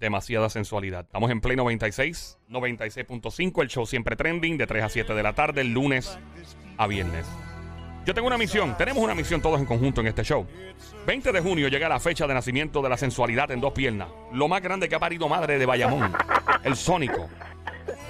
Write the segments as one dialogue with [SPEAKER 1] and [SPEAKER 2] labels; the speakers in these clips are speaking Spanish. [SPEAKER 1] demasiada sensualidad. Estamos en Play 96, 96.5, el show siempre trending, de 3 a 7 de la tarde, lunes a viernes. Yo tengo una misión, tenemos una misión todos en conjunto en este show. 20 de junio llega la fecha de nacimiento de la sensualidad en dos piernas, lo más grande que ha parido madre de Bayamón, el Sónico.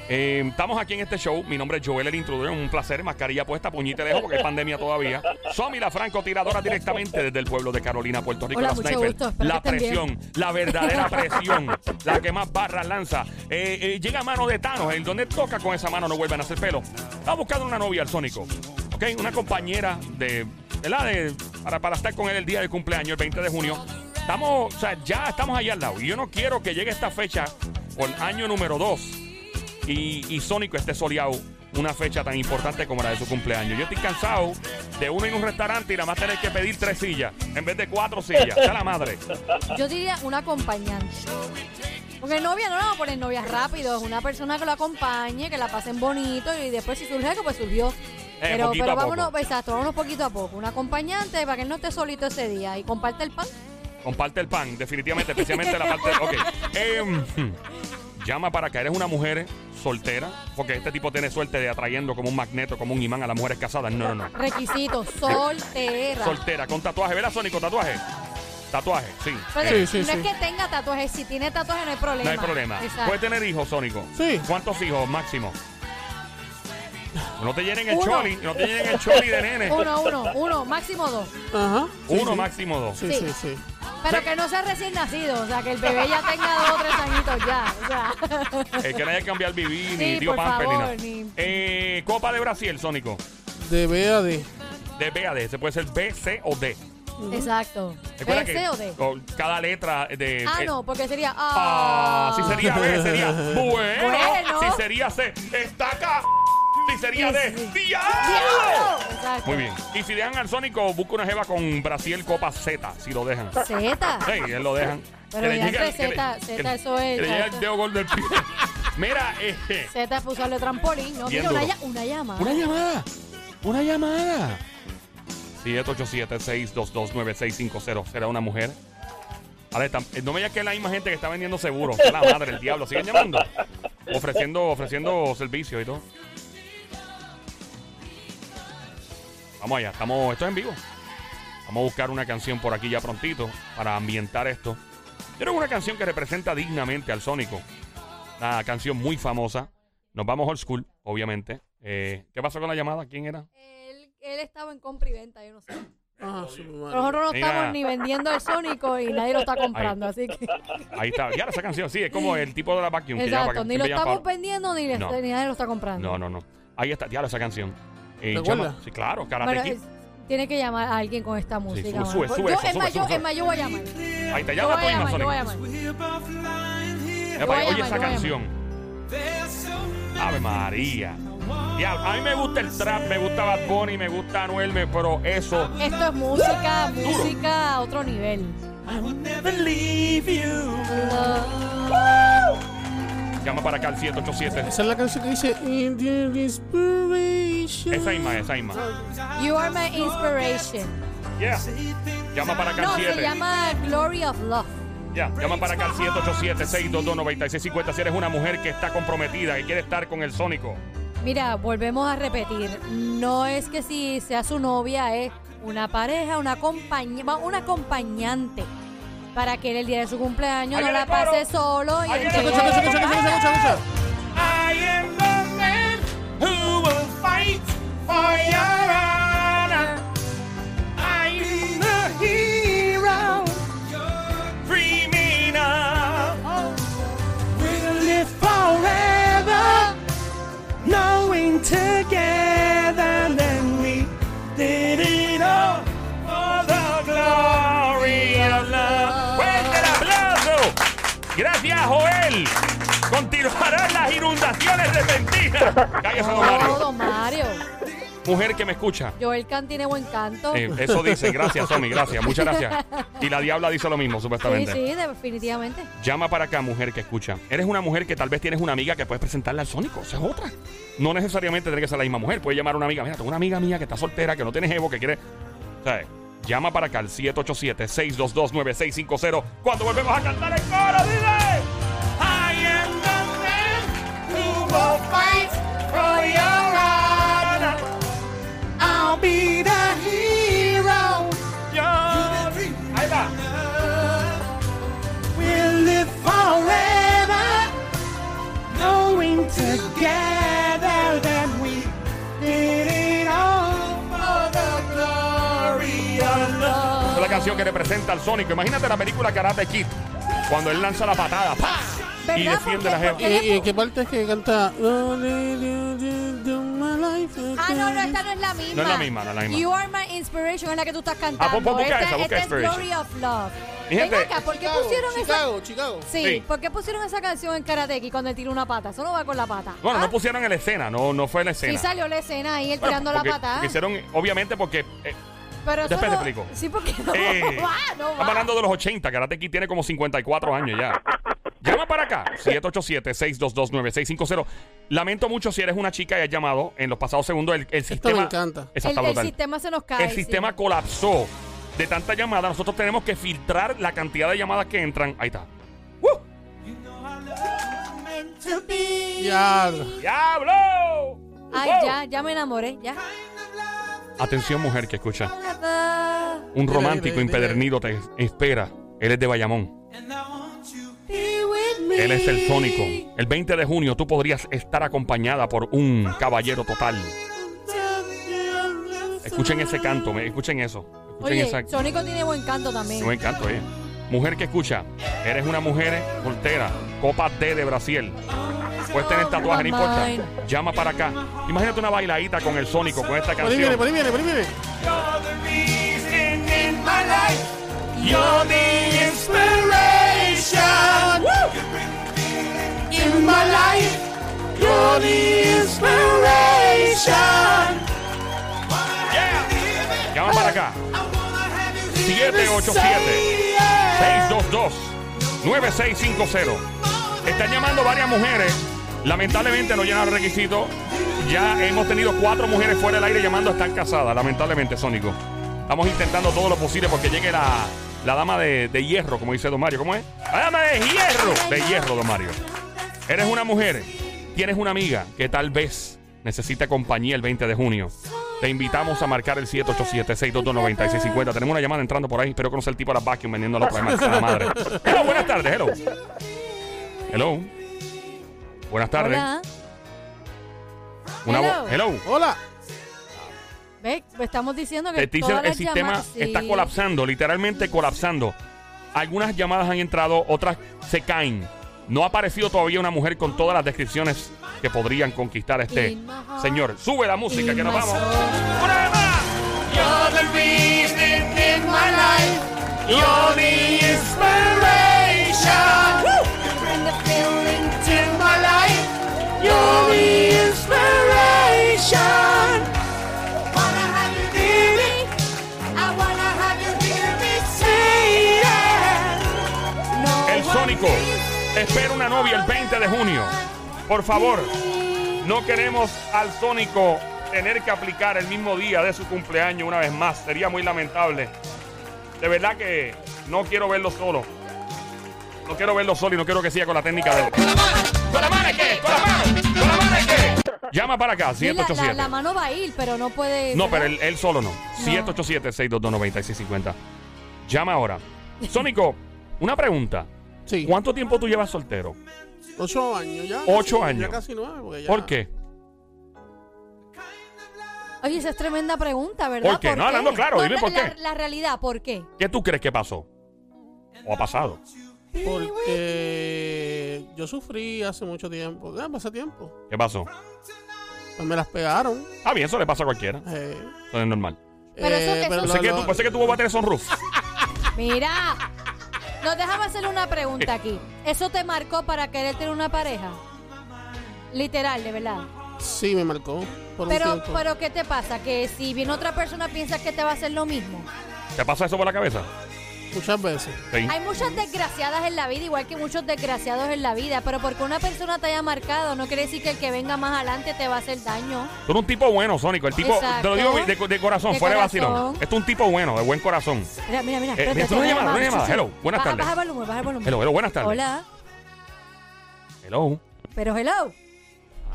[SPEAKER 1] Eh, estamos aquí en este show. Mi nombre es Joel el Intruder. Un placer. Mascarilla puesta, puñita lejos porque es pandemia todavía. Somi la francotiradora directamente desde el pueblo de Carolina, Puerto Rico.
[SPEAKER 2] Hola,
[SPEAKER 1] la
[SPEAKER 2] mucho
[SPEAKER 1] sniper.
[SPEAKER 2] gusto. Espero
[SPEAKER 1] La
[SPEAKER 2] que estén
[SPEAKER 1] presión.
[SPEAKER 2] bien.
[SPEAKER 1] La verdadera presión. la que más barras lanza. Eh, eh, llega a mano de Thanos. El donde toca con esa mano no vuelven a hacer pelo. Está buscando una novia al Sónico. ¿Ok? Una compañera de. ¿Verdad? De- para, para estar con él el día de cumpleaños, el 20 de junio. Estamos, o sea, ya estamos allá al lado. Y yo no quiero que llegue esta fecha con año número 2 y, y Sónico esté soleado una fecha tan importante como la de su cumpleaños. Yo estoy cansado de uno en un restaurante y nada más tener que pedir tres sillas en vez de cuatro sillas. Está la madre.
[SPEAKER 2] Yo diría una acompañante. Porque novia no la vamos a poner novia rápido, es una persona que lo acompañe, que la pasen bonito y después si surge algo, pues surgió. pero
[SPEAKER 1] Eh, poquito
[SPEAKER 2] pero
[SPEAKER 1] a poco.
[SPEAKER 2] vámonos, exacto, vámonos poquito a poco. Un acompañante para que él no esté solito ese día y comparte el pan.
[SPEAKER 1] Comparte el pan, definitivamente, especialmente la parte. Ok. Em, llama para que eres una mujer soltera, porque este tipo tiene suerte de atrayendo como un magneto, como un imán a las mujeres casadas. No, no, no.
[SPEAKER 2] Requisitos, soltera.
[SPEAKER 1] Soltera, con tatuaje. ¿Verdad, Sónico? Tatuaje. Tatuaje, sí.
[SPEAKER 2] Espérate,
[SPEAKER 1] Eh,
[SPEAKER 3] Sí, sí,
[SPEAKER 2] no
[SPEAKER 3] sí.
[SPEAKER 2] es que tenga tatuajes, si tiene tatuajes no hay problema.
[SPEAKER 1] no hay problema. Pues,
[SPEAKER 2] Exacto.
[SPEAKER 1] Puede tener hijos, Sónico.
[SPEAKER 3] Sí.
[SPEAKER 1] ¿Cuántos hijos máximo? No te llenen el
[SPEAKER 2] Uno.
[SPEAKER 1] choli, no te llenen el choli de nene. Uno,
[SPEAKER 2] Uno, uno, uno, máximo dos.
[SPEAKER 3] Ajá. Sí, sí.
[SPEAKER 1] máximo dos.
[SPEAKER 3] Sí, sí, sí.
[SPEAKER 2] Pero que no sea recién nacido, o sea, que el bebé ya tenga dos o tres añitos ya. O sea.
[SPEAKER 1] El Eh, que no haya que cambiar vivir, ni
[SPEAKER 2] Sí,
[SPEAKER 1] tío
[SPEAKER 2] por
[SPEAKER 1] Pamper, ni
[SPEAKER 2] favor,
[SPEAKER 1] nada.
[SPEAKER 2] ni-
[SPEAKER 1] Eh, Copa de Brasil, Sónico.
[SPEAKER 3] De B a D.
[SPEAKER 1] De B a D. Se puede ser B, C o D.
[SPEAKER 2] Exacto.
[SPEAKER 1] Recuerda que
[SPEAKER 2] ¿B, C o D?
[SPEAKER 1] o cada letra de.
[SPEAKER 2] Ah,
[SPEAKER 1] eh,
[SPEAKER 2] no, porque sería.
[SPEAKER 1] Ah,
[SPEAKER 2] Ah,
[SPEAKER 1] si sería B, sería bueno.
[SPEAKER 2] Bueno.
[SPEAKER 1] Si sería C, estaca. Si sería D,
[SPEAKER 2] Sí, sí.
[SPEAKER 1] diablo.
[SPEAKER 2] Exacto.
[SPEAKER 1] Muy bien. Y si dejan al Sónico, busca una jeva con Brasil Copa Z, si lo dejan. Sí,
[SPEAKER 2] Z.
[SPEAKER 1] él lo dejan.
[SPEAKER 2] Pero ya entre Zeta,
[SPEAKER 1] que
[SPEAKER 2] Zeta,
[SPEAKER 1] le-
[SPEAKER 2] eso es,
[SPEAKER 1] que le llega
[SPEAKER 2] exacto.
[SPEAKER 1] el dedo gol del pie. Mira, eh,
[SPEAKER 2] Z es usarlo de trampolín. No,
[SPEAKER 1] Bien
[SPEAKER 2] mira, una,
[SPEAKER 1] duro.
[SPEAKER 2] lla- una llama.
[SPEAKER 1] llamada. Una llamada. 787-622-9650. ¿Será una mujer? Ahora están- eh, no me digas que es la misma gente que está vendiendo seguros. Sea la madre, el diablo. Siguen llamando. Ofreciendo, ofreciendo servicios y todo. Vamos allá. Estamos, esto es en vivo. Vamos a buscar una canción por aquí ya prontito para ambientar esto. Yo creo que una canción que representa dignamente al Sónico. Una canción muy famosa. Nos vamos old school, obviamente. Eh, ¿Qué pasó con la llamada? ¿Quién era?
[SPEAKER 2] Él, él estaba en compra y venta, yo no sé.
[SPEAKER 3] Ah, su
[SPEAKER 2] Pero
[SPEAKER 3] madre.
[SPEAKER 2] nosotros no
[SPEAKER 1] Mira.
[SPEAKER 2] estamos ni vendiendo el Sónico y nadie lo está comprando, así que.
[SPEAKER 1] Ahí está. Y ahora esa canción, sí, es como el tipo de la vacuum. que llama para
[SPEAKER 2] Exacto,
[SPEAKER 1] que-
[SPEAKER 2] ni lo
[SPEAKER 1] que llama
[SPEAKER 2] estamos
[SPEAKER 1] para-
[SPEAKER 2] vendiendo ni, le-
[SPEAKER 1] No.
[SPEAKER 2] ni nadie lo está comprando.
[SPEAKER 1] No, no, no. Ahí está, diablo, esa canción. Eh,
[SPEAKER 3] ¿Te
[SPEAKER 1] llama-
[SPEAKER 3] acuerdas?
[SPEAKER 1] Sí, claro, Karate
[SPEAKER 2] Pero
[SPEAKER 1] Kid.
[SPEAKER 2] es- tiene que llamar a alguien con esta música.
[SPEAKER 1] sube,
[SPEAKER 2] mano.
[SPEAKER 1] sube, sube
[SPEAKER 2] yo,
[SPEAKER 1] eso,
[SPEAKER 2] es
[SPEAKER 1] sube,
[SPEAKER 2] más, yo,
[SPEAKER 1] sube, sube.
[SPEAKER 2] es más, yo voy a llamar.
[SPEAKER 1] Ahí te
[SPEAKER 2] eh, Yo voy
[SPEAKER 1] llama
[SPEAKER 2] a
[SPEAKER 1] tú mismo,
[SPEAKER 2] llamar, yo
[SPEAKER 1] Sonic.
[SPEAKER 2] voy a llamar.
[SPEAKER 1] Mira para ahí,
[SPEAKER 2] Yo voy
[SPEAKER 1] Oye
[SPEAKER 2] a
[SPEAKER 1] esa
[SPEAKER 2] llamar, yo voy a
[SPEAKER 1] canción. Ave María. Diablo, a mí me gusta el trap, me gusta Bad Bunny, me gusta Anuel, me- pero eso...
[SPEAKER 2] Esto es música, música a otro nivel.
[SPEAKER 1] Llama para acá al 787.
[SPEAKER 3] Esa es la canción que dice Indian Inspiration.
[SPEAKER 1] Esa misma, esa misma.
[SPEAKER 2] You are my inspiration.
[SPEAKER 1] Yeah. Llama para acá al
[SPEAKER 2] No,
[SPEAKER 1] 7.
[SPEAKER 2] se llama Glory of Love.
[SPEAKER 1] Ya, llama para acá al 787-622-9650 si eres una mujer que está comprometida, que quiere estar con el Sónico.
[SPEAKER 2] Mira, volvemos a repetir. No es que si sea su novia, es una pareja, una compañía, una acompañante. Para que él el día de su cumpleaños
[SPEAKER 1] Ahí
[SPEAKER 2] no
[SPEAKER 1] viene
[SPEAKER 2] la
[SPEAKER 1] el coro.
[SPEAKER 2] pase solo y
[SPEAKER 1] Ahí
[SPEAKER 2] él
[SPEAKER 1] viene el
[SPEAKER 2] llegue-
[SPEAKER 1] coro,
[SPEAKER 3] Escucha, escucha, escucha, escucha, escucha, escucha.
[SPEAKER 1] I am the man who will fight for your honor. I am the hero. Free me now.
[SPEAKER 4] We'll live forever, knowing together that we did it all.
[SPEAKER 1] For the glory of love. ¡Fuerte el aplauso! Gracias, Joel. Continuarán las inundaciones repentinas. Cállese, don
[SPEAKER 2] No,
[SPEAKER 1] Mario.
[SPEAKER 2] don Mario.
[SPEAKER 1] Mujer que me escucha.
[SPEAKER 2] Joel Can tiene buen canto.
[SPEAKER 1] Eh, eso dicen, gracias, Tommy, gracias, muchas gracias. Y la diabla dice lo mismo,
[SPEAKER 2] sí,
[SPEAKER 1] supuestamente.
[SPEAKER 2] sí, definitivamente.
[SPEAKER 1] Llama para acá, mujer que escucha. Eres una mujer que tal vez tienes una amiga que puedes presentarle al Sónico, esa es otra. No necesariamente tiene que ser la misma mujer, puedes llamar a una amiga. Mira, tengo una amiga mía que está soltera, que no tiene jevo, que quiere. ¿Sabes? Llama para acá al 787-622-9650. Cuando volvemos a cantar el coro, dile.
[SPEAKER 4] together, then we did it all for the glory of love.
[SPEAKER 1] Esa es la canción que representa al Sónico. Imagínate la película Karate Kid, cuando él lanza la patada ¡pa! y
[SPEAKER 2] ¿Verdad?
[SPEAKER 1] defiende
[SPEAKER 2] Porque-
[SPEAKER 1] la
[SPEAKER 2] porque-
[SPEAKER 1] jefa.
[SPEAKER 3] ¿Y, y en qué parte es que
[SPEAKER 4] Ah,
[SPEAKER 3] canta? Oh, lady, you do my life.
[SPEAKER 2] Ah, no, no, esta no es la misma.
[SPEAKER 1] No es la misma, no es la misma.
[SPEAKER 2] You are my inspiration es la que tú estás cantando.
[SPEAKER 1] Ah, pues, pues, busca
[SPEAKER 2] Esta-
[SPEAKER 1] esa, busca
[SPEAKER 2] esta es
[SPEAKER 1] Inspiration.
[SPEAKER 2] Glory of Love.
[SPEAKER 1] Mi gente-
[SPEAKER 2] Ven acá, ¿por qué pusieron esa?
[SPEAKER 3] Chicago, Chicago.
[SPEAKER 2] Sí,
[SPEAKER 1] Sí.
[SPEAKER 2] ¿por qué pusieron esa canción en Karate Kid cuando él tira una pata? Eso no va con la pata.
[SPEAKER 1] Bueno,
[SPEAKER 2] Ah,
[SPEAKER 1] no pusieron en la escena, no, no fue en la
[SPEAKER 2] Sí
[SPEAKER 1] escena.
[SPEAKER 2] salió la escena ahí, él
[SPEAKER 1] Bueno,
[SPEAKER 2] tirando la Oh,
[SPEAKER 1] porque-
[SPEAKER 2] pata. ¿ah?
[SPEAKER 1] porque hicieron, obviamente, porque eh,
[SPEAKER 2] Pero eso
[SPEAKER 1] después te
[SPEAKER 2] no-
[SPEAKER 1] explico.
[SPEAKER 2] Sí, porque no
[SPEAKER 1] Eh,
[SPEAKER 2] va, no
[SPEAKER 1] Estamos
[SPEAKER 2] va.
[SPEAKER 1] hablando de los 80. Karate Kid tiene como 54 años ya. Llama para acá. 787-622-9650. Lamento mucho si eres una chica y has llamado en los pasados segundos. El, el sistema.
[SPEAKER 3] encanta.
[SPEAKER 1] Esa
[SPEAKER 2] El,
[SPEAKER 1] está
[SPEAKER 2] el
[SPEAKER 1] brutal.
[SPEAKER 2] sistema se nos cae.
[SPEAKER 1] El
[SPEAKER 2] sí.
[SPEAKER 1] sistema colapsó de tanta llamada. Nosotros tenemos que filtrar la cantidad de llamadas que entran. Ahí está. ¡Uh!
[SPEAKER 4] Meant to be
[SPEAKER 3] Ya.
[SPEAKER 1] ¡Diablo!
[SPEAKER 2] Ay,
[SPEAKER 1] ¡Wow!
[SPEAKER 2] ya, ya me enamoré, ya.
[SPEAKER 1] Atención, mujer que escucha. Un romántico
[SPEAKER 3] dile, dile.
[SPEAKER 1] impedernido te espera. Él es de Bayamón.
[SPEAKER 4] and I want you
[SPEAKER 1] Él es el Sónico. El 20 de junio tú podrías estar acompañada por un caballero total. Escuchen ese canto, me- escuchen eso. Escuchen
[SPEAKER 2] Oye,
[SPEAKER 1] esa.
[SPEAKER 2] Sónico tiene buen canto también.
[SPEAKER 1] Buen canto, eh. Mujer que escucha, eres una mujer soltera, copa D de Brasil. Puedes tener tatuaje, no importa.
[SPEAKER 2] Mine.
[SPEAKER 1] Llama para acá. Imagínate una bailadita con el Sónico, con esta
[SPEAKER 3] Por ahí viene, por
[SPEAKER 1] canción.
[SPEAKER 3] ahí viene, por ahí viene.
[SPEAKER 4] You're the reason in my life. You're the inspiration. You bring feeling in my life. You're the inspiration.
[SPEAKER 1] Yeah. Llama para acá.
[SPEAKER 4] I wanna have you here to
[SPEAKER 1] 787
[SPEAKER 4] say yeah.
[SPEAKER 1] 622 9650. Están llamando varias mujeres. Lamentablemente no llenan el requisito. Ya hemos tenido cuatro mujeres fuera del aire llamando, están casadas. Lamentablemente, Sónico. Estamos intentando todo lo posible porque llegue la, la dama de, de hierro, como dice Don Mario. ¿Cómo es? La dama de hierro. De hierro, Don Mario. Eres una mujer. Tienes una amiga que tal vez necesita compañía el 20 de junio. Te invitamos a marcar el 787-622-9650. Tenemos una llamada entrando por ahí. Espero conocer el tipo de la vacuum vendiendo la problemas a la madre. Hello, buenas tardes. Hello. Hello. Buenas tardes.
[SPEAKER 2] Hola.
[SPEAKER 1] Una
[SPEAKER 2] Hello. Pues
[SPEAKER 1] vo- Hello.
[SPEAKER 3] Hola.
[SPEAKER 2] Ve, estamos diciendo que
[SPEAKER 1] Te dicen,
[SPEAKER 2] todas
[SPEAKER 1] Eh, el
[SPEAKER 2] las
[SPEAKER 1] sistema
[SPEAKER 2] llamadas- sí.
[SPEAKER 1] está colapsando, literalmente colapsando. Algunas llamadas han entrado, otras se caen. No ha aparecido todavía una mujer con todas las descripciones que podrían conquistar a este
[SPEAKER 2] In my heart.
[SPEAKER 1] señor. Sube la música,
[SPEAKER 2] In
[SPEAKER 1] que nos
[SPEAKER 2] my
[SPEAKER 1] vamos.
[SPEAKER 2] soul.
[SPEAKER 1] ¡Una vez más!
[SPEAKER 4] You're the reason in my life. You're the inspiration. You bring the feeling to my life. You're the inspiration. Wanna have you near me. I wanna have you hear me say yeah. No
[SPEAKER 1] El
[SPEAKER 4] one
[SPEAKER 1] Sónico
[SPEAKER 4] needs
[SPEAKER 1] espera una novia el 20 de junio. Por favor, no queremos al Sónico tener que aplicar el mismo día de su cumpleaños una vez más. Sería muy lamentable. De verdad que no quiero verlo solo. No quiero verlo solo y no quiero que siga con la técnica de él. ¡Con la mano! ¡Con la mano es que! ¡Con la mano! ¡Con la mano es que! Llama para acá,
[SPEAKER 2] Sí, la, la, la
[SPEAKER 1] 787.
[SPEAKER 2] mano va a ir, pero no puede.
[SPEAKER 1] No,
[SPEAKER 2] ¿verdad?
[SPEAKER 1] pero él, él solo no. 787-622-9650. Llama ahora. Sónico, una pregunta.
[SPEAKER 3] Sí.
[SPEAKER 1] ¿Cuánto tiempo tú llevas soltero?
[SPEAKER 3] Ocho años ya.
[SPEAKER 1] Ocho
[SPEAKER 3] casi-
[SPEAKER 1] años.
[SPEAKER 3] Ya casi nueve. Porque ya...
[SPEAKER 1] ¿Por qué?
[SPEAKER 2] Oye, esa es tremenda pregunta, ¿verdad?
[SPEAKER 1] ¿Por qué? No, hablando claro, dime
[SPEAKER 2] la-
[SPEAKER 1] por qué.
[SPEAKER 2] La, la realidad, ¿por qué?
[SPEAKER 1] ¿Qué tú crees que pasó? ¿O ha pasado?
[SPEAKER 3] Porque yo sufrí hace mucho tiempo. Ah, hace tiempo.
[SPEAKER 1] ¿Qué pasó?
[SPEAKER 3] Pues me las pegaron.
[SPEAKER 1] Ah, bien, eso le pasa a cualquiera.
[SPEAKER 3] Eh,
[SPEAKER 1] Eso es normal.
[SPEAKER 2] Pero eso que eso-
[SPEAKER 1] Pensé que, tú, pensé que tú vas a tener sunroof.
[SPEAKER 2] Mira. Nos déjame hacerle una pregunta aquí. ¿Eso te marcó para querer tener una pareja? Literal, de verdad.
[SPEAKER 3] Sí, me marcó. Por un
[SPEAKER 2] Pero,
[SPEAKER 3] tiempo.
[SPEAKER 2] pero ¿qué te pasa? Que si viene otra persona piensas que te va a hacer lo mismo.
[SPEAKER 1] ¿Te pasa eso por la cabeza?
[SPEAKER 3] Muchas veces.
[SPEAKER 1] Sí.
[SPEAKER 2] Hay muchas desgraciadas en la vida, igual que muchos desgraciados en la vida, pero porque una persona te haya marcado no quiere decir que el que venga más adelante te va a hacer daño.
[SPEAKER 1] Tú eres un tipo bueno, Sónico. El tipo, te lo
[SPEAKER 2] Exacto.
[SPEAKER 1] digo de, de corazón,
[SPEAKER 2] De
[SPEAKER 1] fuera
[SPEAKER 2] corazón.
[SPEAKER 1] de vacilón. Esto es un tipo bueno, de buen corazón.
[SPEAKER 2] Mira, mira, mira.
[SPEAKER 1] Eh,
[SPEAKER 2] espérate,
[SPEAKER 1] mira,
[SPEAKER 2] espérate,
[SPEAKER 1] una
[SPEAKER 2] una
[SPEAKER 1] llamada, una llamada.
[SPEAKER 2] sí, sí.
[SPEAKER 1] Hello, buenas
[SPEAKER 2] baja,
[SPEAKER 1] tardes.
[SPEAKER 2] Baja el volumen, baja el volumen.
[SPEAKER 1] Hello, hello, buenas tardes.
[SPEAKER 2] Hola,
[SPEAKER 1] Hello.
[SPEAKER 2] pero hello.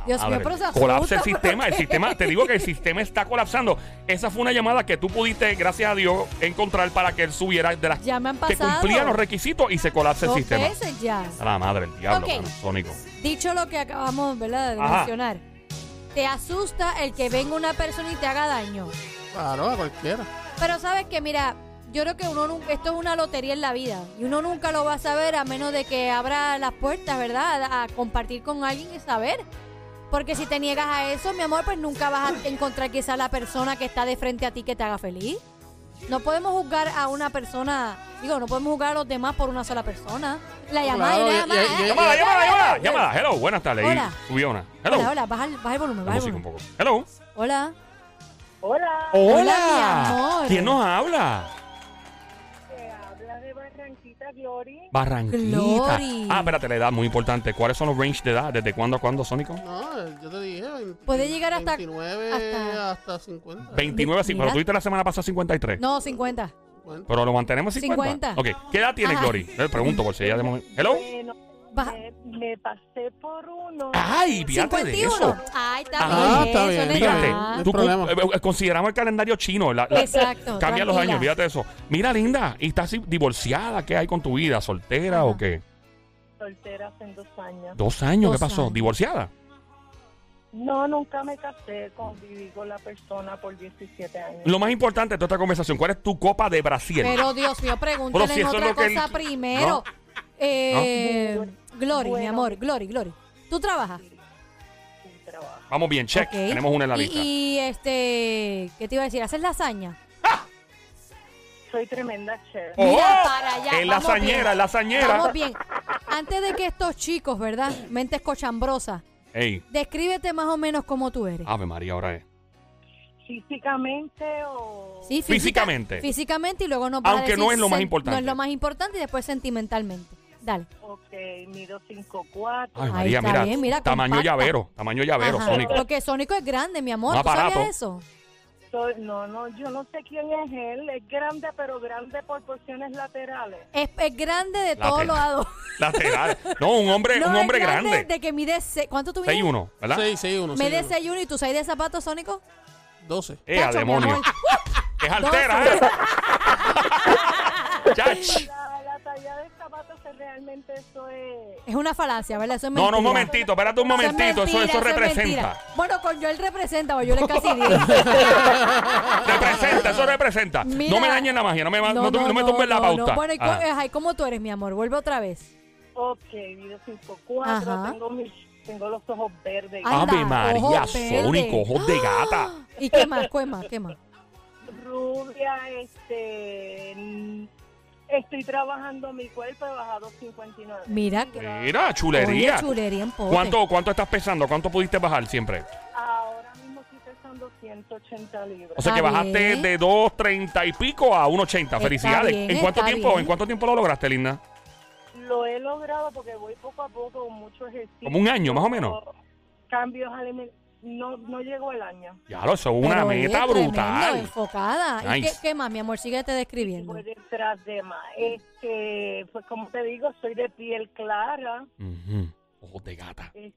[SPEAKER 2] Dios mío,
[SPEAKER 1] Madre,
[SPEAKER 2] pero se pues. asusta,
[SPEAKER 1] Ah, colapsa el
[SPEAKER 2] ¿por
[SPEAKER 1] sistema, el
[SPEAKER 2] qué?
[SPEAKER 1] sistema, te digo que el sistema está colapsando. Esa fue una llamada que tú pudiste, gracias a Dios, encontrar para que él subiera de las
[SPEAKER 2] Ya me han
[SPEAKER 1] que
[SPEAKER 2] pasado.
[SPEAKER 1] cumplía los requisitos y se colapsa el
[SPEAKER 2] Dos
[SPEAKER 1] sistema. Ah.
[SPEAKER 2] veces ya.
[SPEAKER 1] A la madre, el diablo,
[SPEAKER 2] Ok.
[SPEAKER 1] mano, Sónico.
[SPEAKER 2] Dicho lo que acabamos, ¿verdad? De
[SPEAKER 1] Ajá.
[SPEAKER 2] mencionar. Te asusta el que venga una persona y te haga daño.
[SPEAKER 3] Claro, a cualquiera.
[SPEAKER 2] Pero sabes que, mira, yo creo que uno nun- esto es una lotería en la vida. Y uno nunca lo va a saber a menos de que abra las puertas, ¿verdad? A, a compartir con alguien y saber. Porque si te niegas a eso, mi amor, pues nunca vas a encontrar quizá la persona que está de frente a ti que te haga feliz. No podemos juzgar a una persona, digo, no podemos juzgar a los demás por una sola persona. La llamada
[SPEAKER 3] Claro,
[SPEAKER 2] y
[SPEAKER 3] y-
[SPEAKER 2] la llamada.
[SPEAKER 3] y- y-
[SPEAKER 2] eh,
[SPEAKER 1] Llamada, llamada,
[SPEAKER 2] eh, eh,
[SPEAKER 1] llamada,
[SPEAKER 2] eh,
[SPEAKER 1] llamada. Hello, buenas tardes. Y
[SPEAKER 2] Hola.
[SPEAKER 1] Subió una. Hello.
[SPEAKER 2] Hola, hola, baja el, baja el volumen,
[SPEAKER 1] La
[SPEAKER 2] baja el
[SPEAKER 1] música un
[SPEAKER 2] volumen.
[SPEAKER 1] poco. Hello.
[SPEAKER 2] Hola.
[SPEAKER 5] Hola,
[SPEAKER 2] Hola, mi amor.
[SPEAKER 1] ¿Quién nos habla?
[SPEAKER 5] te habla de Barranquita Glory.
[SPEAKER 1] Barranquita.
[SPEAKER 2] Glory.
[SPEAKER 1] Ah, espérate, la edad muy importante. ¿Cuáles son los range de edad? ¿Desde cuándo a cuándo, Sónico?
[SPEAKER 3] No, eh, yo te dije. veinte-
[SPEAKER 2] Puede llegar hasta-
[SPEAKER 3] 29
[SPEAKER 2] hasta-
[SPEAKER 3] hasta, 50.
[SPEAKER 1] 29, sí,
[SPEAKER 2] Mira.
[SPEAKER 1] pero tuviste la semana pasada 53.
[SPEAKER 2] No, 50.
[SPEAKER 3] 50.
[SPEAKER 1] Pero lo mantenemos 50.
[SPEAKER 2] 50.
[SPEAKER 1] Ok, ¿qué edad tiene
[SPEAKER 2] Ajá.
[SPEAKER 1] Glory? Le pregunto por si ella de momento. Hello.
[SPEAKER 5] Bueno,
[SPEAKER 2] Baja.
[SPEAKER 5] me, me pasé por uno.
[SPEAKER 1] Ay, fíjate de
[SPEAKER 2] 51.
[SPEAKER 1] eso.
[SPEAKER 2] Ay, está
[SPEAKER 3] Ah,
[SPEAKER 2] bien. eso
[SPEAKER 3] está bien,
[SPEAKER 2] no es
[SPEAKER 3] está
[SPEAKER 1] Fíjate,
[SPEAKER 3] bien.
[SPEAKER 2] nada.
[SPEAKER 3] hay
[SPEAKER 1] tú cu-
[SPEAKER 3] problema.
[SPEAKER 1] eh, eh, consideramos el calendario chino. la- la-
[SPEAKER 2] Exacto.
[SPEAKER 1] Cambia los
[SPEAKER 2] tranquila.
[SPEAKER 1] años, fíjate eso. Mira, linda, ¿y estás divorciada? ¿Qué hay con tu vida? ¿Soltera
[SPEAKER 2] Ajá.
[SPEAKER 1] o qué?
[SPEAKER 5] Soltera hace dos años.
[SPEAKER 1] Dos años, ¿qué
[SPEAKER 2] Dos
[SPEAKER 1] pasó?
[SPEAKER 2] años.
[SPEAKER 1] ¿Divorciada?
[SPEAKER 5] No, nunca me casé, conviví con la persona por 17 años.
[SPEAKER 1] Lo más importante de toda esta conversación, ¿cuál es tu copa de Brasil?
[SPEAKER 2] Pero Dios mío,
[SPEAKER 1] Pero
[SPEAKER 2] pregúntale
[SPEAKER 1] si eso es
[SPEAKER 2] otra
[SPEAKER 1] lo que él-
[SPEAKER 2] cosa primero.
[SPEAKER 1] No.
[SPEAKER 2] Eh, Glory, mi
[SPEAKER 5] Bueno.
[SPEAKER 2] amor, Glory, Glory. ¿Tú trabajas?
[SPEAKER 5] sin trabajo.
[SPEAKER 1] Vamos bien, check.
[SPEAKER 2] Ok.
[SPEAKER 1] Tenemos una en la
[SPEAKER 2] Y-
[SPEAKER 1] lista.
[SPEAKER 2] Y, este, ¿qué te iba a decir? ¿Haces lasaña?
[SPEAKER 5] Soy tremenda chef.
[SPEAKER 1] Oh,
[SPEAKER 2] Mira para allá.
[SPEAKER 1] es
[SPEAKER 2] vamos
[SPEAKER 1] lasañera,
[SPEAKER 2] bien.
[SPEAKER 1] es lasañera.
[SPEAKER 2] Vamos bien. Antes de que estos chicos, ¿verdad? Mentes cochambrosas.
[SPEAKER 1] Ey,
[SPEAKER 2] Descríbete más o menos cómo tú eres.
[SPEAKER 1] Ave María, ahora es.
[SPEAKER 5] Físicamente o...
[SPEAKER 2] Sí,
[SPEAKER 1] Físicamente.
[SPEAKER 2] Físicamente y luego nos vas a
[SPEAKER 1] Aunque no
[SPEAKER 2] decir
[SPEAKER 1] es lo más
[SPEAKER 2] sen-
[SPEAKER 1] importante.
[SPEAKER 2] No es lo más importante y después sentimentalmente. Dale.
[SPEAKER 5] Ok, mido 5'4".
[SPEAKER 1] Ave
[SPEAKER 2] Ahí
[SPEAKER 1] María,
[SPEAKER 2] está
[SPEAKER 1] mira.
[SPEAKER 2] bien, mira,
[SPEAKER 1] tamaño
[SPEAKER 2] compacta.
[SPEAKER 1] llavero, tamaño llavero,
[SPEAKER 2] Ajá.
[SPEAKER 1] Sónico.
[SPEAKER 2] Porque Sónico es grande, mi amor.
[SPEAKER 1] Un
[SPEAKER 2] ¿Tú sabías
[SPEAKER 1] aparato.
[SPEAKER 2] eso?
[SPEAKER 5] Soy- no, no, yo no sé quién es él. Es grande, pero grande por porciones laterales.
[SPEAKER 2] Es, es grande de
[SPEAKER 1] La
[SPEAKER 2] todos
[SPEAKER 1] tela.
[SPEAKER 2] los lados.
[SPEAKER 1] Lateral. No, un hombre, un
[SPEAKER 2] es
[SPEAKER 1] hombre grande.
[SPEAKER 2] De que mide. se- ¿Cuánto tú mides?
[SPEAKER 1] 6'1, ¿verdad?
[SPEAKER 3] 6, 6, 1.
[SPEAKER 2] Mide 6'1 y tú 6 de zapatos, Sónico.
[SPEAKER 3] 12.
[SPEAKER 1] Ea,
[SPEAKER 2] Chacho, mi
[SPEAKER 1] Eh, demonio.
[SPEAKER 2] amor.
[SPEAKER 1] Es altera, ¿eh? Chach.
[SPEAKER 5] La, la talla de zapatos es realmente eso es...
[SPEAKER 2] Es una falacia, ¿verdad? Eso es
[SPEAKER 1] No, no, un
[SPEAKER 2] mentira.
[SPEAKER 1] momentito, espérate un
[SPEAKER 2] Eso es
[SPEAKER 1] momentito. Eso,
[SPEAKER 2] mentira,
[SPEAKER 1] eso
[SPEAKER 2] es
[SPEAKER 1] representa.
[SPEAKER 2] mentira. Bueno, con Joel representa, porque yo le casi digo.
[SPEAKER 1] Representa, eso representa.
[SPEAKER 2] Mira.
[SPEAKER 1] no me dañen la magia, no me, no, no, me tumbes la
[SPEAKER 2] no, no.
[SPEAKER 1] pauta. Ah.
[SPEAKER 2] Bueno, y co-
[SPEAKER 1] Ajá.
[SPEAKER 2] ay, ¿cómo tú eres, mi amor? Vuelve otra vez.
[SPEAKER 5] Ok, mido 5'4",
[SPEAKER 2] Ajá.
[SPEAKER 5] tengo, mis, tengo los ojos verdes,
[SPEAKER 2] Ay. Anda,
[SPEAKER 1] Ave María,
[SPEAKER 2] ojos verdes.
[SPEAKER 1] Sónico, ojos de gata.
[SPEAKER 2] ¿Y qué más? ¿Qué más? ¿Qué más?
[SPEAKER 5] rubia, este... mm, Estoy trabajando mi cuerpo, he bajado 59.
[SPEAKER 2] Mira,
[SPEAKER 1] Mira, chulería.
[SPEAKER 2] eh, Oye, chulería en pote.
[SPEAKER 1] ¿Cuánto, ¿Cuánto estás pesando? ¿Cuánto pudiste bajar siempre?
[SPEAKER 5] Ahora mismo estoy pesando 180 libras.
[SPEAKER 1] O sea
[SPEAKER 2] Está
[SPEAKER 1] que bajaste
[SPEAKER 2] bien.
[SPEAKER 1] de 2.30 y pico a 1.80.
[SPEAKER 2] Está
[SPEAKER 1] Felicidades.
[SPEAKER 2] bien,
[SPEAKER 1] ¿En cuánto
[SPEAKER 2] está
[SPEAKER 1] tiempo?
[SPEAKER 2] bien.
[SPEAKER 1] ¿En cuánto tiempo lo lograste, Linda?
[SPEAKER 5] Lo he logrado porque voy poco a poco con mucho ejercicio.
[SPEAKER 1] Como un año, más o menos.
[SPEAKER 5] Cambios aliment- No, no llegó el año.
[SPEAKER 1] Ya lo eso es una
[SPEAKER 2] Pero, oye,
[SPEAKER 1] meta
[SPEAKER 2] tremendo,
[SPEAKER 1] brutal.
[SPEAKER 2] enfocada. ¿Y qué,
[SPEAKER 1] Nice.
[SPEAKER 2] qué más, mi amor? Síguete describiendo.
[SPEAKER 5] Voy detrás de más. Este, pues como te digo, soy de piel clara.
[SPEAKER 1] Ujú. Ojos de gata.
[SPEAKER 5] Eh,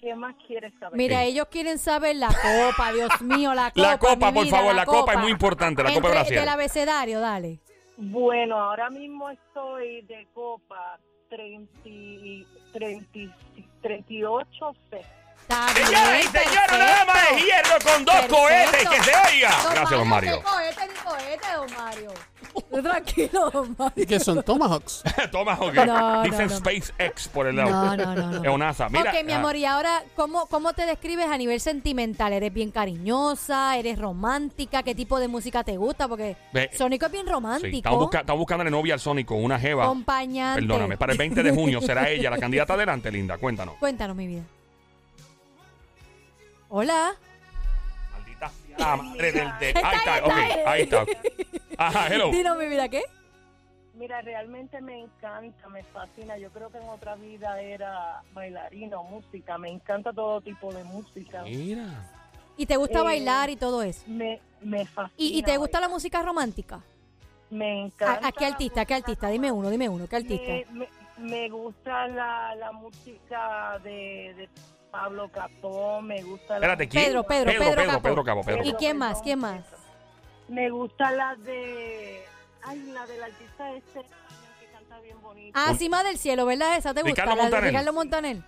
[SPEAKER 5] ¿Qué más quieres saber?
[SPEAKER 2] Mira, ellos quieren saber la copa, Dios mío, la copa.
[SPEAKER 1] La copa,
[SPEAKER 2] mi
[SPEAKER 1] por
[SPEAKER 2] vida,
[SPEAKER 1] favor, la copa es muy importante, la copa de
[SPEAKER 2] Entre-
[SPEAKER 1] Brasil.
[SPEAKER 2] Del abecedario, dale.
[SPEAKER 5] Bueno, ahora mismo estoy de copa 30, y- 30 y- 38 C.
[SPEAKER 2] Está bien,
[SPEAKER 1] Señoras y señores,
[SPEAKER 2] perfecto.
[SPEAKER 1] una dama de hierro con dos
[SPEAKER 2] Perfecto.
[SPEAKER 1] cohetes que se oiga.
[SPEAKER 2] Don
[SPEAKER 1] Gracias, don Mario.
[SPEAKER 2] ¿qué cohete ni cohete, don Mario? Tú Tranquilo, don
[SPEAKER 3] ¿Y
[SPEAKER 2] Mario.
[SPEAKER 3] que son Tomahawks?
[SPEAKER 1] Toma, ok.
[SPEAKER 2] No,
[SPEAKER 1] Dicen
[SPEAKER 2] no, no.
[SPEAKER 1] SpaceX por el lado.
[SPEAKER 2] No, no, no.
[SPEAKER 1] Es
[SPEAKER 2] no.
[SPEAKER 1] un NASA. Mira,
[SPEAKER 2] ok, mi
[SPEAKER 1] ah,
[SPEAKER 2] amor, y ahora, ¿cómo, ¿cómo te describes a nivel sentimental? ¿Eres bien cariñosa? ¿Eres romántica? ¿Qué tipo de música te gusta? Porque
[SPEAKER 1] Ve-
[SPEAKER 2] Sónico es bien
[SPEAKER 1] sí,
[SPEAKER 2] romántico.
[SPEAKER 1] estamos, busca- estamos buscándole novia al Sónico, una jeva.
[SPEAKER 2] Acompañante.
[SPEAKER 1] Perdóname, para el 20 de junio será ella la candidata adelante, linda. Cuéntanos.
[SPEAKER 2] Cuéntanos, mi vida. Hola.
[SPEAKER 1] Maldita sea la madre del de.
[SPEAKER 2] Está
[SPEAKER 1] Ahí está, ok, ahí
[SPEAKER 2] ahí, está
[SPEAKER 1] está. Ajá, hello.
[SPEAKER 2] Dinos, mi vida, ¿qué?
[SPEAKER 5] Mira, realmente me encanta, me fascina. Yo creo que en otra vida era bailarina o música. Me encanta todo tipo de música.
[SPEAKER 1] Mira.
[SPEAKER 2] ¿Y te gusta
[SPEAKER 5] Eh,
[SPEAKER 2] bailar y todo eso?
[SPEAKER 5] Me, me fascina.
[SPEAKER 2] ¿Y, y te gusta
[SPEAKER 5] bailar.
[SPEAKER 2] la música romántica?
[SPEAKER 5] Me
[SPEAKER 2] ¿A,
[SPEAKER 5] encanta.
[SPEAKER 2] a qué
[SPEAKER 5] la
[SPEAKER 2] artista? ¿A qué
[SPEAKER 5] música
[SPEAKER 2] artista? Dime uno, dime uno, ¿qué artista?
[SPEAKER 5] Me, me- me gusta la, la música de, de Pablo Capó, me gusta la...
[SPEAKER 1] Espérate, ¿quién?
[SPEAKER 2] Pedro, Pedro,
[SPEAKER 1] Pedro,
[SPEAKER 2] Pedro
[SPEAKER 1] Pedro,
[SPEAKER 2] Capó.
[SPEAKER 1] Pedro Capó, Pedro
[SPEAKER 2] ¿Y
[SPEAKER 1] Capó.
[SPEAKER 2] quién más? ¿Quién más?
[SPEAKER 5] Me gusta la de... Ay, la del artista este que canta bien bonito.
[SPEAKER 2] Ah,
[SPEAKER 1] Un-
[SPEAKER 2] Cima del Cielo, ¿verdad? Esa te gusta.
[SPEAKER 1] Ricardo
[SPEAKER 2] la de
[SPEAKER 1] Montaner.
[SPEAKER 2] Ricardo Montaner.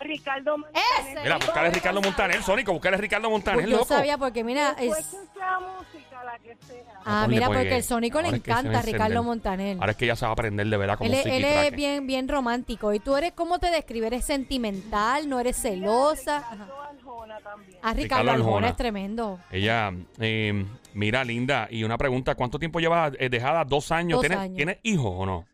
[SPEAKER 5] Ricardo
[SPEAKER 2] Ese.
[SPEAKER 5] Manzanero.
[SPEAKER 1] Mira, buscar a Ricardo Montaner, Sónico, buscar a Ricardo Montaner,
[SPEAKER 2] Pues yo
[SPEAKER 1] loco.
[SPEAKER 2] sabía porque, mira,
[SPEAKER 5] Pues
[SPEAKER 2] es...
[SPEAKER 5] que sea música, la que sea.
[SPEAKER 2] Ah,
[SPEAKER 1] ponle,
[SPEAKER 2] mira,
[SPEAKER 1] pues,
[SPEAKER 2] porque
[SPEAKER 1] eh,
[SPEAKER 2] el Sónico le
[SPEAKER 1] ahora es que se va a
[SPEAKER 2] encanta a Ricardo
[SPEAKER 1] encender.
[SPEAKER 2] Montaner.
[SPEAKER 1] Ahora es que ya se va a aprender de verdad como
[SPEAKER 2] Él, es- él
[SPEAKER 1] psiquiatra.
[SPEAKER 2] es bien, bien romántico. ¿Y tú eres cómo te describe? ¿Eres sentimental? ¿No eres celosa? Ajá.
[SPEAKER 5] Ricardo Arjona también.
[SPEAKER 2] Ah, Ricardo,
[SPEAKER 1] Ricardo
[SPEAKER 2] Arjona.
[SPEAKER 1] Arjona.
[SPEAKER 2] es tremendo.
[SPEAKER 1] Ella, eh, mira, linda, y una pregunta, ¿cuánto tiempo llevas eh, dejada? Dos años.
[SPEAKER 2] Dos
[SPEAKER 1] ¿Tienes,
[SPEAKER 2] años.
[SPEAKER 1] ¿tienes hijos o no?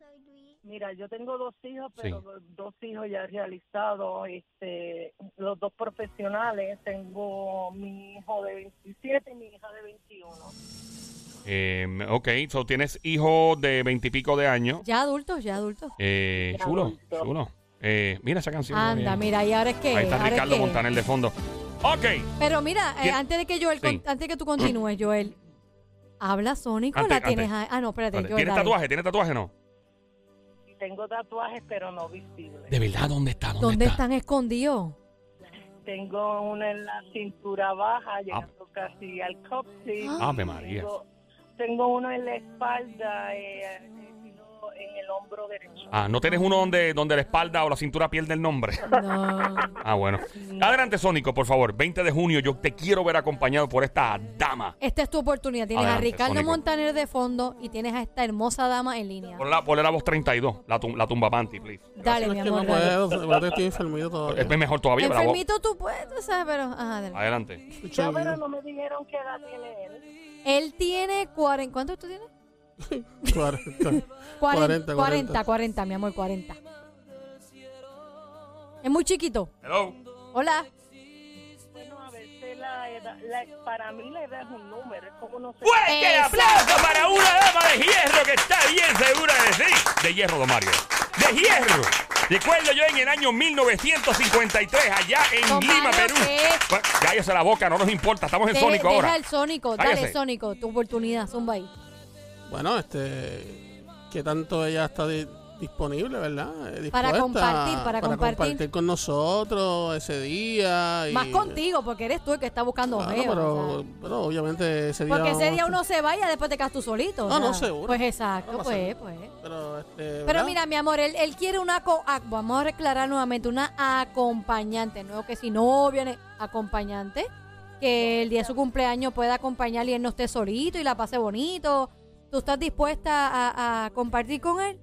[SPEAKER 5] Mira, yo tengo dos hijos,
[SPEAKER 1] Sí.
[SPEAKER 5] pero los dos hijos ya realizados, este, los dos profesionales. Tengo mi hijo de 27 y mi hija de 21.
[SPEAKER 1] Eh, ok, so tienes hijos de veintipico de años.
[SPEAKER 2] Ya adultos, ya adultos.
[SPEAKER 1] Eh,
[SPEAKER 5] Ya
[SPEAKER 1] chulo,
[SPEAKER 5] adulto.
[SPEAKER 1] chulo. Eh, mira esa canción.
[SPEAKER 2] Anda,
[SPEAKER 1] bien.
[SPEAKER 2] mira, y ahora es que...
[SPEAKER 1] Ahí está
[SPEAKER 2] ahora es
[SPEAKER 1] Ricardo
[SPEAKER 2] que-
[SPEAKER 1] Montaner de fondo. Ok,
[SPEAKER 2] Pero mira, eh,
[SPEAKER 1] ¿Quién?
[SPEAKER 2] antes de que Joel, con-
[SPEAKER 1] Sí.
[SPEAKER 2] antes de que tú continúes, Joel, habla Sónico,
[SPEAKER 1] Antes,
[SPEAKER 2] la tienes
[SPEAKER 1] antes.
[SPEAKER 2] ahí. Ah, no, espérate,
[SPEAKER 1] Vale.
[SPEAKER 2] Joel,
[SPEAKER 1] ¿tienes
[SPEAKER 2] dale.
[SPEAKER 1] tatuaje? ¿Tienes tatuaje o no?
[SPEAKER 5] Y tengo tatuajes, pero no visibles.
[SPEAKER 1] De verdad, ¿dónde está? ¿Dónde,
[SPEAKER 2] ¿Dónde
[SPEAKER 1] está?
[SPEAKER 2] están escondidos?
[SPEAKER 5] Tengo una en la cintura
[SPEAKER 2] Ah.
[SPEAKER 5] baja, llegando casi al coxis.
[SPEAKER 1] Ave María.
[SPEAKER 5] Tengo, tengo uno en la espalda, eh, y uno en el hombro derecho.
[SPEAKER 1] Ah, ¿no tienes uno donde, donde la espalda o la cintura pierde el nombre?
[SPEAKER 2] No.
[SPEAKER 1] Ah, bueno. Adelante, Sónico, por favor. 20 de junio, yo te quiero ver acompañado por esta dama.
[SPEAKER 2] Esta es tu oportunidad. Tienes
[SPEAKER 1] Adelante,
[SPEAKER 2] a Ricardo
[SPEAKER 1] Sónico.
[SPEAKER 2] Montaner de fondo y tienes a esta hermosa dama en línea.
[SPEAKER 1] Ponle la, ponle la voz 32, la, tum- la tumba Manti, please.
[SPEAKER 2] Dale, mi
[SPEAKER 3] Es que no
[SPEAKER 2] amor. dale.
[SPEAKER 3] puedo, ahora estoy enfermito todavía.
[SPEAKER 1] Es mejor todavía, pero la voz-
[SPEAKER 2] Enfermito tú puedes, tú sabes, pero... Ajá, dale.
[SPEAKER 1] Adelante.
[SPEAKER 5] Ya, pero no me dijeron qué edad tiene él.
[SPEAKER 2] Él tiene 40... ¿Cuánto tú tienes?
[SPEAKER 3] 40.
[SPEAKER 2] 40,
[SPEAKER 3] 40,
[SPEAKER 2] 40, 40, mi amor, 40. Es muy chiquito.
[SPEAKER 1] Hello.
[SPEAKER 2] Hola.
[SPEAKER 5] Bueno, a veces la edad, la- para mí la edad es un número, es como no sé.
[SPEAKER 1] Fuerte el aplauso para una dama de hierro que está bien segura de sí. De hierro, don Mario. De hierro. Recuerdo yo en el año 1953, allá en
[SPEAKER 2] Don
[SPEAKER 1] Lima,
[SPEAKER 2] Mario,
[SPEAKER 1] Perú.
[SPEAKER 2] ¿qué?
[SPEAKER 1] Bueno, cállese la boca, no nos importa, estamos en
[SPEAKER 2] De-
[SPEAKER 1] Sónico
[SPEAKER 2] Deja
[SPEAKER 1] ahora.
[SPEAKER 2] el Sónico. Dale,
[SPEAKER 1] Cállese.
[SPEAKER 2] Sónico. Tu oportunidad, zumba ahí.
[SPEAKER 3] Bueno, este. ¿Qué tanto ella está di- disponible, verdad? Eh,
[SPEAKER 2] Para
[SPEAKER 3] dispuesta
[SPEAKER 2] compartir, para compartir.
[SPEAKER 3] con nosotros ese día. Y,
[SPEAKER 2] Más contigo, porque eres tú el que está buscando
[SPEAKER 3] Claro,
[SPEAKER 2] jeva, o
[SPEAKER 3] pero,
[SPEAKER 2] sea.
[SPEAKER 3] pero obviamente ese día.
[SPEAKER 2] Porque ese
[SPEAKER 3] vamos
[SPEAKER 2] día
[SPEAKER 3] a-
[SPEAKER 2] uno se vaya después te quedas tú solito. o
[SPEAKER 3] No, no,
[SPEAKER 2] sea.
[SPEAKER 3] seguro.
[SPEAKER 2] Pues
[SPEAKER 3] No
[SPEAKER 2] exacto,
[SPEAKER 3] pasa
[SPEAKER 2] pues,
[SPEAKER 3] nada.
[SPEAKER 2] pues.
[SPEAKER 3] Pero, este,
[SPEAKER 2] Pero
[SPEAKER 3] ¿verdad?
[SPEAKER 2] mira, mi amor, él, él quiere una... co- ah, vamos a aclarar nuevamente, una acompañante. No que si no viene acompañante, que el día de su cumpleaños pueda acompañar y él no esté solito y la pase bonito. ¿Tú estás dispuesta a, a compartir con él?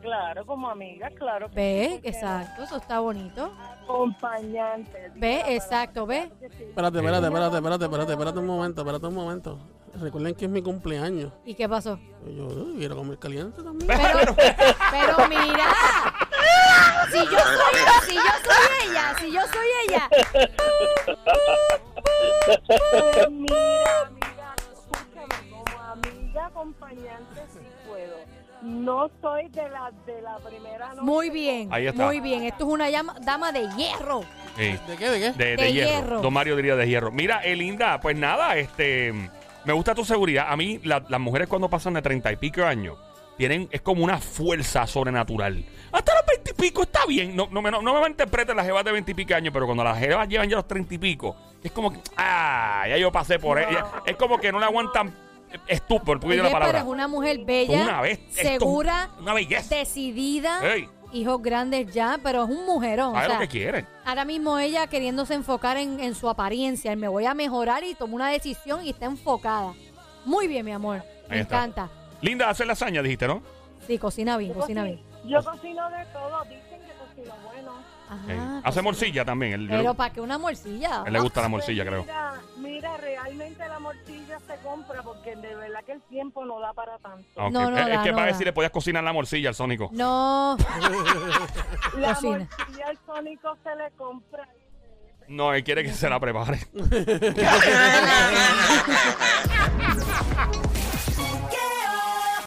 [SPEAKER 5] Claro, como amiga, claro. que sí,
[SPEAKER 2] Ve,
[SPEAKER 5] porque Ah,
[SPEAKER 2] exacto, eso está bonito.
[SPEAKER 5] Acompañante.
[SPEAKER 2] Ve, exacto, ve.
[SPEAKER 3] Espérate, espérate, espérate, espérate, espérate, espérate un momento, espérate un momento. Recuerden que es mi cumpleaños.
[SPEAKER 2] ¿Y qué pasó?
[SPEAKER 3] Y Yo "Uy, quiero comer caliente también.
[SPEAKER 2] Pero, pero mira, si yo soy, si yo soy ella, si yo soy ella,
[SPEAKER 5] Pues mira, amiga, escúchame, como amiga acompañante sí puedo. No soy de la, de la primera noche.
[SPEAKER 2] muy bien,
[SPEAKER 1] Ahí está.
[SPEAKER 2] muy bien. Esto es una llama- dama de hierro.
[SPEAKER 1] Sí.
[SPEAKER 3] ¿De qué? ¿De qué?
[SPEAKER 1] De, de
[SPEAKER 2] De
[SPEAKER 1] hierro.
[SPEAKER 2] hierro.
[SPEAKER 1] Don Mario diría de hierro. Mira, eh, linda, pues nada, este. Me gusta tu seguridad. A mí, la- las mujeres cuando pasan de treinta y pico años, tienen, es como una fuerza sobrenatural. Hasta los veintipico está bien. No, no, me- no, no me malinterpreten las jevas de veintipico años, pero cuando las jevas llevan ya los treinta y pico, es como que, ah, ya yo pasé por ella. Es como que no la aguantan estúpido, por
[SPEAKER 2] Oye,
[SPEAKER 1] decir la
[SPEAKER 2] pero
[SPEAKER 1] palabra.
[SPEAKER 2] es una mujer
[SPEAKER 1] Esto es
[SPEAKER 2] bella,
[SPEAKER 1] una bestia, esto es
[SPEAKER 2] segura,
[SPEAKER 1] una belleza.
[SPEAKER 2] decidida,
[SPEAKER 1] Ey.
[SPEAKER 2] hijos grandes ya, pero es un mujerón. o
[SPEAKER 1] Sabe lo
[SPEAKER 2] sea,
[SPEAKER 1] que quieren.
[SPEAKER 2] ahora mismo ella queriéndose enfocar en, en su apariencia, en me voy a mejorar y toma una decisión y está enfocada. Muy bien, mi amor, me
[SPEAKER 1] Ahí está.
[SPEAKER 2] encanta.
[SPEAKER 1] Linda, hace lasaña, dijiste, ¿no?
[SPEAKER 2] Sí, cocina bien,
[SPEAKER 5] Yo
[SPEAKER 2] cocina
[SPEAKER 5] cocino,
[SPEAKER 2] bien.
[SPEAKER 5] yo cocino de todo, dicen que cocino bueno.
[SPEAKER 1] Ey.
[SPEAKER 2] Ajá,
[SPEAKER 1] Eh, Hace morcilla también. el- yo-
[SPEAKER 2] Ah, pues Pero para que una morcilla.
[SPEAKER 1] a él le gusta la
[SPEAKER 5] Pues
[SPEAKER 1] morcilla, creo.
[SPEAKER 5] Mira, mira, realmente la morcilla se compra porque de verdad que el tiempo no da para tanto.
[SPEAKER 1] Ah, ok.
[SPEAKER 2] No, no
[SPEAKER 1] es, es
[SPEAKER 2] da,
[SPEAKER 1] que
[SPEAKER 2] no
[SPEAKER 1] para
[SPEAKER 2] da.
[SPEAKER 1] decirle podías cocinar la morcilla al Sónico.
[SPEAKER 2] No,
[SPEAKER 5] La
[SPEAKER 2] Cocina.
[SPEAKER 5] morcilla al sónico se le compra.
[SPEAKER 1] No, él quiere que se la prepare.